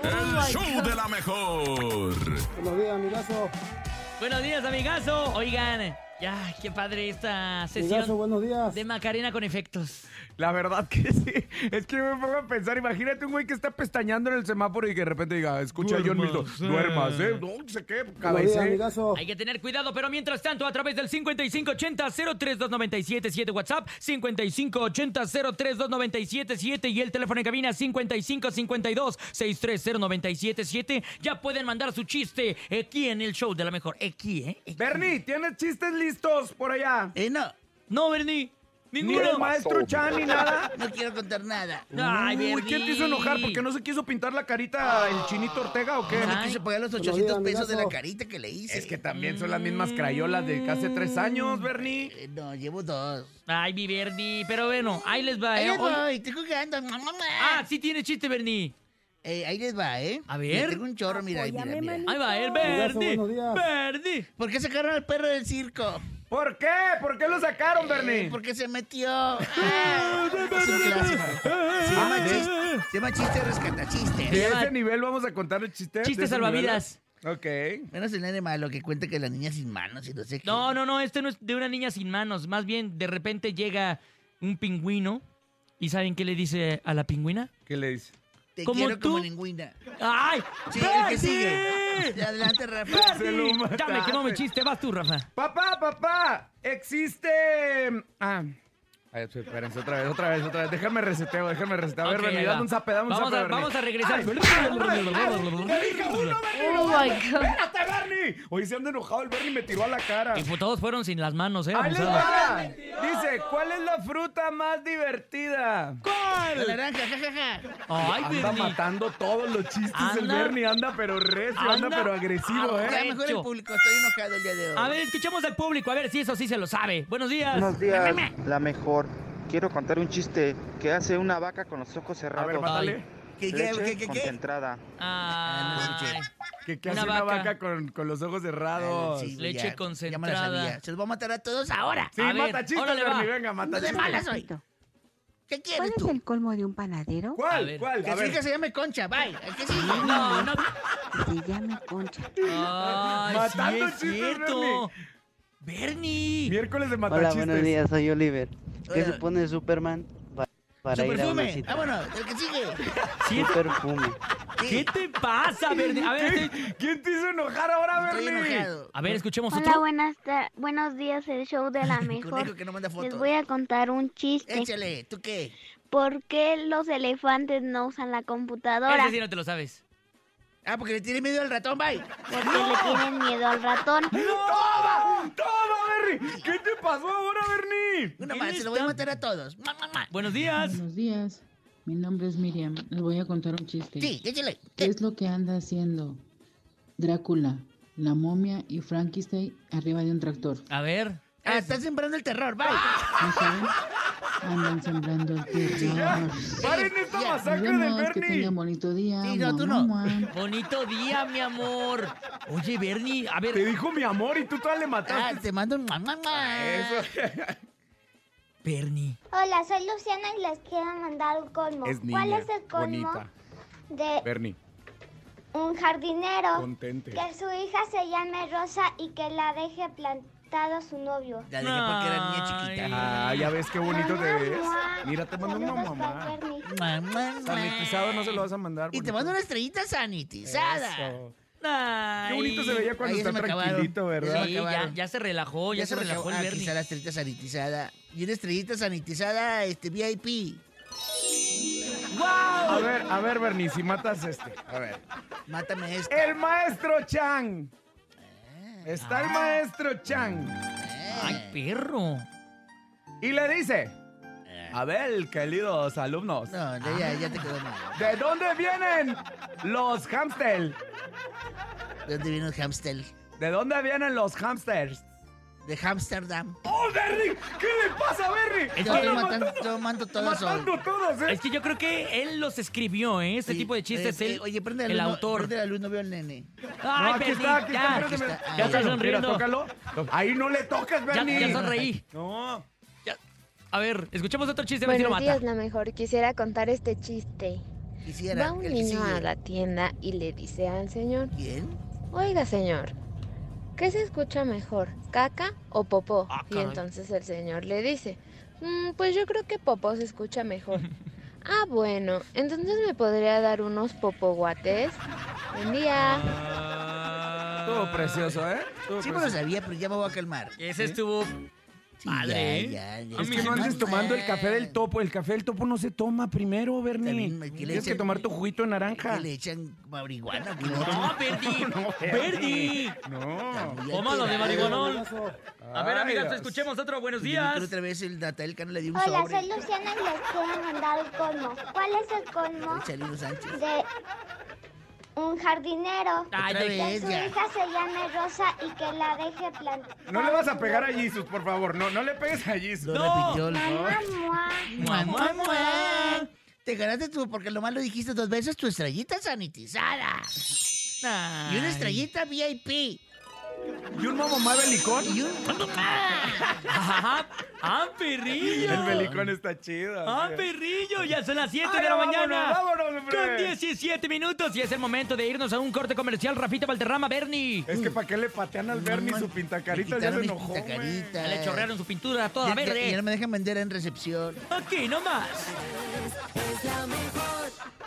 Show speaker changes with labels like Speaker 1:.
Speaker 1: Oh
Speaker 2: show de la mejor.
Speaker 3: Buenos días, amigazo.
Speaker 4: Buenos días, amigazo. Oigan, ya, qué padre esta
Speaker 3: Amigazo,
Speaker 4: sesión
Speaker 3: buenos días.
Speaker 4: de Macarena con efectos.
Speaker 5: La verdad que sí. Es que yo me pongo a pensar, imagínate un güey que está pestañando en el semáforo y que de repente diga, escucha a John Milton, duermas, ¿eh? No sé qué,
Speaker 3: Buenos días,
Speaker 5: cabeza.
Speaker 3: amigazo.
Speaker 4: Hay que tener cuidado, pero mientras tanto, a través del 5580-032977 WhatsApp, 5580-032977 y el teléfono en cabina 5552-630977, ya pueden mandar su chiste aquí en el show de la mejor. Aquí, ¿eh? Aquí.
Speaker 5: Bernie, ¿tienes chistes listos por allá?
Speaker 6: Eh, no,
Speaker 4: No, Bernie,
Speaker 5: Ni el
Speaker 4: ninguno.
Speaker 5: maestro Chan ni nada.
Speaker 6: no quiero contar nada.
Speaker 4: Ay,
Speaker 5: Uy,
Speaker 4: Bernie.
Speaker 5: ¿quién te hizo enojar? ¿Por qué no se quiso pintar la carita el chinito Ortega o qué?
Speaker 6: No
Speaker 4: Ay.
Speaker 6: quise pagar los 800
Speaker 3: días,
Speaker 6: pesos de la
Speaker 3: amigazo.
Speaker 6: carita que le hice.
Speaker 5: Es que también son las mismas crayolas de hace tres años, Bernie.
Speaker 6: Eh, no, llevo dos.
Speaker 4: Ay, mi Bernie, pero bueno, ahí les va,
Speaker 6: Ahí
Speaker 4: ¿eh?
Speaker 6: les
Speaker 4: Hoy-
Speaker 6: voy, estoy jugando.
Speaker 4: Ah, sí tiene chiste, Bernie.
Speaker 6: Eh, ahí les va, ¿eh?
Speaker 4: A ver.
Speaker 6: Le Tengo un chorro, mira, mira,
Speaker 1: Apóyame,
Speaker 6: mira.
Speaker 1: manito.
Speaker 4: Ahí va, el
Speaker 3: Abrazo,
Speaker 4: Bernie.
Speaker 3: buenos días.
Speaker 4: Bernie.
Speaker 6: ¿Por qué sacaron al perro del circo?
Speaker 5: ¿Por qué? ¿Por qué lo sacaron,
Speaker 6: Eh,
Speaker 5: Bernie?
Speaker 6: porque se metió. Ah, es un clásico. Se llama chiste, se llama chiste rescatachiste.
Speaker 5: ¿De ese nivel vamos a contar el chiste? ¿De
Speaker 4: Chistes
Speaker 5: ese nivel?
Speaker 4: salvavidas.
Speaker 5: Ok.
Speaker 6: Menos el nene malo que cuenta que la niña sin manos y no sé qué.
Speaker 4: No, no, no, este no es de una niña sin manos. Más bien, de repente llega un pingüino y ¿saben qué le dice a la pingüina?
Speaker 5: ¿Qué le dice?
Speaker 6: Te
Speaker 4: como
Speaker 6: quiero como
Speaker 4: tú. Ah,
Speaker 6: ninguna.
Speaker 4: ¡Ay!
Speaker 6: Sí, el
Speaker 4: Bernie!
Speaker 6: que sigue. Adelante, Rafa.
Speaker 5: Se lo
Speaker 4: Ya me quemó mi
Speaker 5: mataste.
Speaker 4: chiste, vas tú, Rafa.
Speaker 5: Papá, papá, existe. Ah. Ay, espérense, otra vez, otra vez, otra vez. Déjame reseteo, déjame reseteo. A ver,
Speaker 4: Ok,
Speaker 5: Bernie,
Speaker 4: ahí va.
Speaker 5: dame un zape, dame un
Speaker 4: vamos
Speaker 5: zape,
Speaker 4: a,
Speaker 5: Bernie.
Speaker 4: vamos a regresar.
Speaker 5: ¡Te dije uno, Bernie!
Speaker 1: Oh
Speaker 5: no
Speaker 1: my
Speaker 5: más!
Speaker 1: God.
Speaker 5: ¡Espérate, Bernie! Hoy se han enojado, el Bernie me tiró a la cara.
Speaker 4: Y pues, todos fueron sin las manos, ¿eh?
Speaker 5: Ahí les
Speaker 4: abusados.
Speaker 5: va. Dice, ¿cuál es la fruta más divertida?
Speaker 6: La naranja, jajaja.
Speaker 4: ¡Ay,
Speaker 5: Anda
Speaker 4: Bernie!
Speaker 5: matando todos los chistes el
Speaker 4: Anda.
Speaker 5: Bernie, anda pero recio, anda,
Speaker 4: Anda.
Speaker 5: pero agresivo,
Speaker 4: Ah,
Speaker 5: ¿eh?
Speaker 6: Ya, mejor el
Speaker 4: Hecho.
Speaker 6: público, estoy enojado el día de hoy.
Speaker 4: A ver, escuchamos al público, a ver si eso sí se lo sabe. Buenos días.
Speaker 7: Buenos días, la mejor. Quiero contar un chiste que hace una vaca con los ojos
Speaker 5: A
Speaker 7: cerrados.
Speaker 5: ver, mátale.
Speaker 6: ¿Qué, qué,
Speaker 7: Leche
Speaker 6: qué, qué, qué?
Speaker 7: concentrada.
Speaker 5: Eh,
Speaker 4: Ah,
Speaker 6: no escuché.
Speaker 5: ¿Qué, qué
Speaker 4: Una
Speaker 5: hace una
Speaker 4: vaca.
Speaker 5: vaca con, con los ojos cerrados?
Speaker 6: Sí,
Speaker 4: Leche
Speaker 6: ya, ya me la
Speaker 4: concentrada.
Speaker 6: sabía. Se los voy a matar a todos ahora.
Speaker 5: Sí,
Speaker 4: A ver,
Speaker 5: mata chistes,
Speaker 4: órale, va.
Speaker 5: Bernie, venga, mata
Speaker 6: No de malas hoy.
Speaker 1: Manito,
Speaker 6: ¿Qué
Speaker 1: ¿Cuál
Speaker 6: quieres
Speaker 1: es
Speaker 6: tú?
Speaker 1: el colmo de un panadero?
Speaker 4: A
Speaker 5: ¿Cuál?
Speaker 4: ver.
Speaker 5: ¿Cuál?
Speaker 6: Que
Speaker 5: A
Speaker 6: sí
Speaker 5: ver.
Speaker 6: que se llame Concha, bye. ¿A qué sí?
Speaker 4: no, no.
Speaker 1: Que se llame concha.
Speaker 4: Ay,
Speaker 5: Matando
Speaker 4: sí es
Speaker 5: chistes,
Speaker 4: cierto. Bernie.
Speaker 5: Miércoles de
Speaker 8: Hola,
Speaker 5: matachistes.
Speaker 8: buenos días, soy Oliver. ¿Qué se
Speaker 6: Hola.
Speaker 8: pone Superman pa- para
Speaker 6: Su
Speaker 8: ir a una
Speaker 6: perfume.
Speaker 8: cita?
Speaker 6: Vámonos, el que sigue. Ah,
Speaker 4: Sí,
Speaker 8: Su perfume.
Speaker 4: ¿Qué te pasa, Bernie? A ver, este-
Speaker 5: ¿Quién- ¿Quién te hizo enojar ahora,
Speaker 6: Estoy
Speaker 5: Bernie?
Speaker 6: enojado.
Speaker 4: a ver, escuchemos
Speaker 9: Hola,
Speaker 4: otro.
Speaker 9: buenas ta- buenos días, el show de la
Speaker 6: Conejo
Speaker 9: mejor.
Speaker 6: que no manda
Speaker 9: Les
Speaker 6: fotos.
Speaker 9: voy a contar un chiste.
Speaker 6: Échale, ¿tú qué?
Speaker 9: ¿Por qué los elefantes no usan la computadora?
Speaker 4: Ese sí no te lo sabes.
Speaker 6: Ah, porque le tiene miedo al ratón, bye.
Speaker 9: Porque le tienen miedo al ratón.
Speaker 5: ¡Toma! ¡Toma, Bernie! ¿Qué te pasó ahora, Bernie?
Speaker 6: Una
Speaker 4: Él
Speaker 6: más, se lo voy a
Speaker 4: está-
Speaker 6: matar a todos. Ma, ma, ma.
Speaker 4: Buenos días.
Speaker 10: Buenos días, mi nombre es Miriam. Les voy a contar un chiste.
Speaker 6: Sí, échale.
Speaker 10: ¿Qué es lo que anda haciendo Drácula, la momia y Frankenstein arriba de un tractor?
Speaker 4: A ver.
Speaker 6: Ah, estás sembrando el terror, bye.
Speaker 4: Ah,
Speaker 10: ¿No saben? Andan sembrando el terror.
Speaker 5: ¡Paren esta
Speaker 6: Ya, nos
Speaker 5: masacre
Speaker 10: Nos
Speaker 5: del
Speaker 10: vemos, que tengan
Speaker 5: Bernie!
Speaker 10: bonito día.
Speaker 6: Sí, no, tú
Speaker 10: Mua,
Speaker 6: no.
Speaker 10: mua, mua.
Speaker 4: Bonito día, mi amor. Oye, Bernie, a
Speaker 5: Te
Speaker 4: ver,
Speaker 5: dijo mi amor y tú todavía le
Speaker 6: Ah,
Speaker 5: mataste.
Speaker 6: te mando un mamá.
Speaker 5: Eso.
Speaker 4: Bernie.
Speaker 9: Hola, soy Luciana y les quiero mandar un colmo.
Speaker 5: Es niña, bonita.
Speaker 9: de
Speaker 5: Bernie,
Speaker 9: un jardinero
Speaker 5: contente.
Speaker 9: su hija se llame Rosa y que la deje plantado su novio?
Speaker 6: La dejé porque era niña chiquita.
Speaker 5: Ah, ya ves qué bonito te ves. Mira, te mando una mamá.
Speaker 6: Mamá.
Speaker 5: Sanitizado no se lo vas a mandar.
Speaker 6: Y te
Speaker 5: bonito.
Speaker 6: mando una estrellita sanitizada.
Speaker 5: Eso.
Speaker 4: Ay.
Speaker 5: Qué bonito se veía cuando
Speaker 6: Ahí se
Speaker 5: está
Speaker 6: me acabaron.
Speaker 5: tranquilito, ¿verdad?
Speaker 4: Sí, ya, ya se relajó, ya, se,
Speaker 6: me
Speaker 4: relajó
Speaker 6: acabó.
Speaker 4: el
Speaker 6: Ah,
Speaker 4: Bernie.
Speaker 6: quizá la estrellita sanitizada. Y una estrellita sanitizada, este, VIP.
Speaker 5: A ver, a ver, Bernie, si matas este. A ver.
Speaker 6: Mátame esto.
Speaker 5: El maestro Chang. Está el maestro Chang.
Speaker 4: Ay, perro.
Speaker 5: Y le dice,
Speaker 4: Eh.
Speaker 5: a ver, queridos alumnos,
Speaker 6: No, ya, ya, ya te quedó mal.
Speaker 5: ¿de dónde vienen los hamsters?
Speaker 6: ¿De dónde vino el hamster?
Speaker 5: ¿De dónde vienen los hamsters?
Speaker 6: De Hamsterdam.
Speaker 5: ¡Oh, Bernie! ¿Qué le pasa a Bernie?
Speaker 4: Es
Speaker 6: Yo
Speaker 4: que
Speaker 5: Anda
Speaker 6: estoy
Speaker 4: lo
Speaker 6: matando, yo mando todos hoy.
Speaker 5: matando todos, ¿eh?
Speaker 4: Es que yo creo que él los escribió, ¿eh? Este
Speaker 6: Sí,
Speaker 4: tipo de chistes.
Speaker 6: eh,
Speaker 4: él-
Speaker 6: eh, oye, prende la
Speaker 4: el
Speaker 6: luz, no-
Speaker 4: autor.
Speaker 6: Prende la luz, no veo al nene.
Speaker 5: No,
Speaker 4: Ay,
Speaker 5: aquí
Speaker 4: Bernie,
Speaker 5: está, aquí está,
Speaker 4: ya.
Speaker 5: préndeme.
Speaker 6: Aquí está,
Speaker 5: Ya
Speaker 6: ahí.
Speaker 5: está
Speaker 4: Sonriendo.
Speaker 5: tócalo. Ahí no le toques,
Speaker 4: Ya,
Speaker 5: Bernie.
Speaker 4: ya sonreí.
Speaker 5: No.
Speaker 4: Ya. A ver, escuchemos otro chiste, a ver si lo mata.
Speaker 9: la mejor. Quisiera contar este chiste.
Speaker 6: Quisiera
Speaker 3: Va un
Speaker 6: que el
Speaker 3: niño
Speaker 6: visillo-
Speaker 3: a la tienda y le dice al señor,
Speaker 6: ¿Quién?
Speaker 3: oiga señor, ¿qué se escucha mejor, caca o popó?
Speaker 6: Ah,
Speaker 3: y
Speaker 6: caray.
Speaker 3: entonces el señor le dice, "Mm, pues yo creo que popó se escucha mejor. ah, bueno, entonces me podría dar unos popoguates. Buen día.
Speaker 5: Todo precioso, ¿eh? Estuvo
Speaker 6: Sí me lo
Speaker 5: precioso.
Speaker 6: sabía, pero ya me voy a calmar.
Speaker 4: Ese estuvo
Speaker 6: Sí,
Speaker 4: padre. ¿eh?
Speaker 6: ya, ya, ya.
Speaker 4: A
Speaker 5: Es
Speaker 4: mí
Speaker 5: que
Speaker 4: sí
Speaker 5: no
Speaker 4: me
Speaker 5: andes tomando el café del topo. El café del topo no se toma primero,
Speaker 6: También,
Speaker 5: Bernie.
Speaker 6: ¿qué le
Speaker 5: Tienes que
Speaker 6: echan?
Speaker 5: tomar tu juguito de naranja.
Speaker 6: Que le echan marihuana. güey.
Speaker 4: No, Verdi. Verdi.
Speaker 5: No.
Speaker 6: Muy
Speaker 4: Tómalo de
Speaker 6: alterado.
Speaker 4: marihuanol. A ver,
Speaker 5: Ay,
Speaker 4: amigas,
Speaker 5: Dios.
Speaker 4: escuchemos otro. Buenos
Speaker 6: Yo creo
Speaker 4: días.
Speaker 6: que otra vez el Natal Cano le dio un
Speaker 9: Hola,
Speaker 6: sobre.
Speaker 9: soy Luciana y les quiero mandar el colmo. ¿Cuál es el colmo
Speaker 6: Échale unos Sánchez.
Speaker 9: de un jardinero?
Speaker 4: Ay,
Speaker 6: Otra
Speaker 4: de-
Speaker 9: Que
Speaker 6: vez,
Speaker 9: su
Speaker 6: ya.
Speaker 9: hija se llame Rosa y que la deje plantada.
Speaker 5: No le vas a pegar a Jesus, por favor. No, no le pegues a Jesus.
Speaker 4: No.
Speaker 6: No. Pichol.
Speaker 9: Mamá, mua.
Speaker 4: Mua, mua, mua.
Speaker 6: Te ganaste tú, porque lo malo dijiste dos veces, tu estrellita sanitizada. Y una
Speaker 4: Ay.
Speaker 6: estrellita VIP.
Speaker 5: ¿Y un mamá belicón?
Speaker 6: Y un...
Speaker 4: Ajá. ¡Ah,
Speaker 5: El
Speaker 4: perrillo!
Speaker 5: belicón está chido.
Speaker 4: ¡Ah,
Speaker 5: sí.
Speaker 4: perrillo! Ya son las 7
Speaker 5: Ay,
Speaker 4: de la
Speaker 5: vámonos,
Speaker 4: mañana.
Speaker 5: vámonos, hombre.
Speaker 4: Con 17 minutos y es el momento de irnos a un corte comercial. Rafita Valderrama, Bernie.
Speaker 5: Es que para qué le patean al Bernie su pintacarita, ya
Speaker 6: quitaron
Speaker 5: le
Speaker 6: mis
Speaker 5: enojó. güey.
Speaker 6: pintacaritas.
Speaker 4: Ya
Speaker 5: eh.
Speaker 4: Le chorrearon su pintura toda
Speaker 6: Ya- ya- ya
Speaker 4: verde.
Speaker 6: no me dejan vender en recepción.
Speaker 4: Aquí nomás.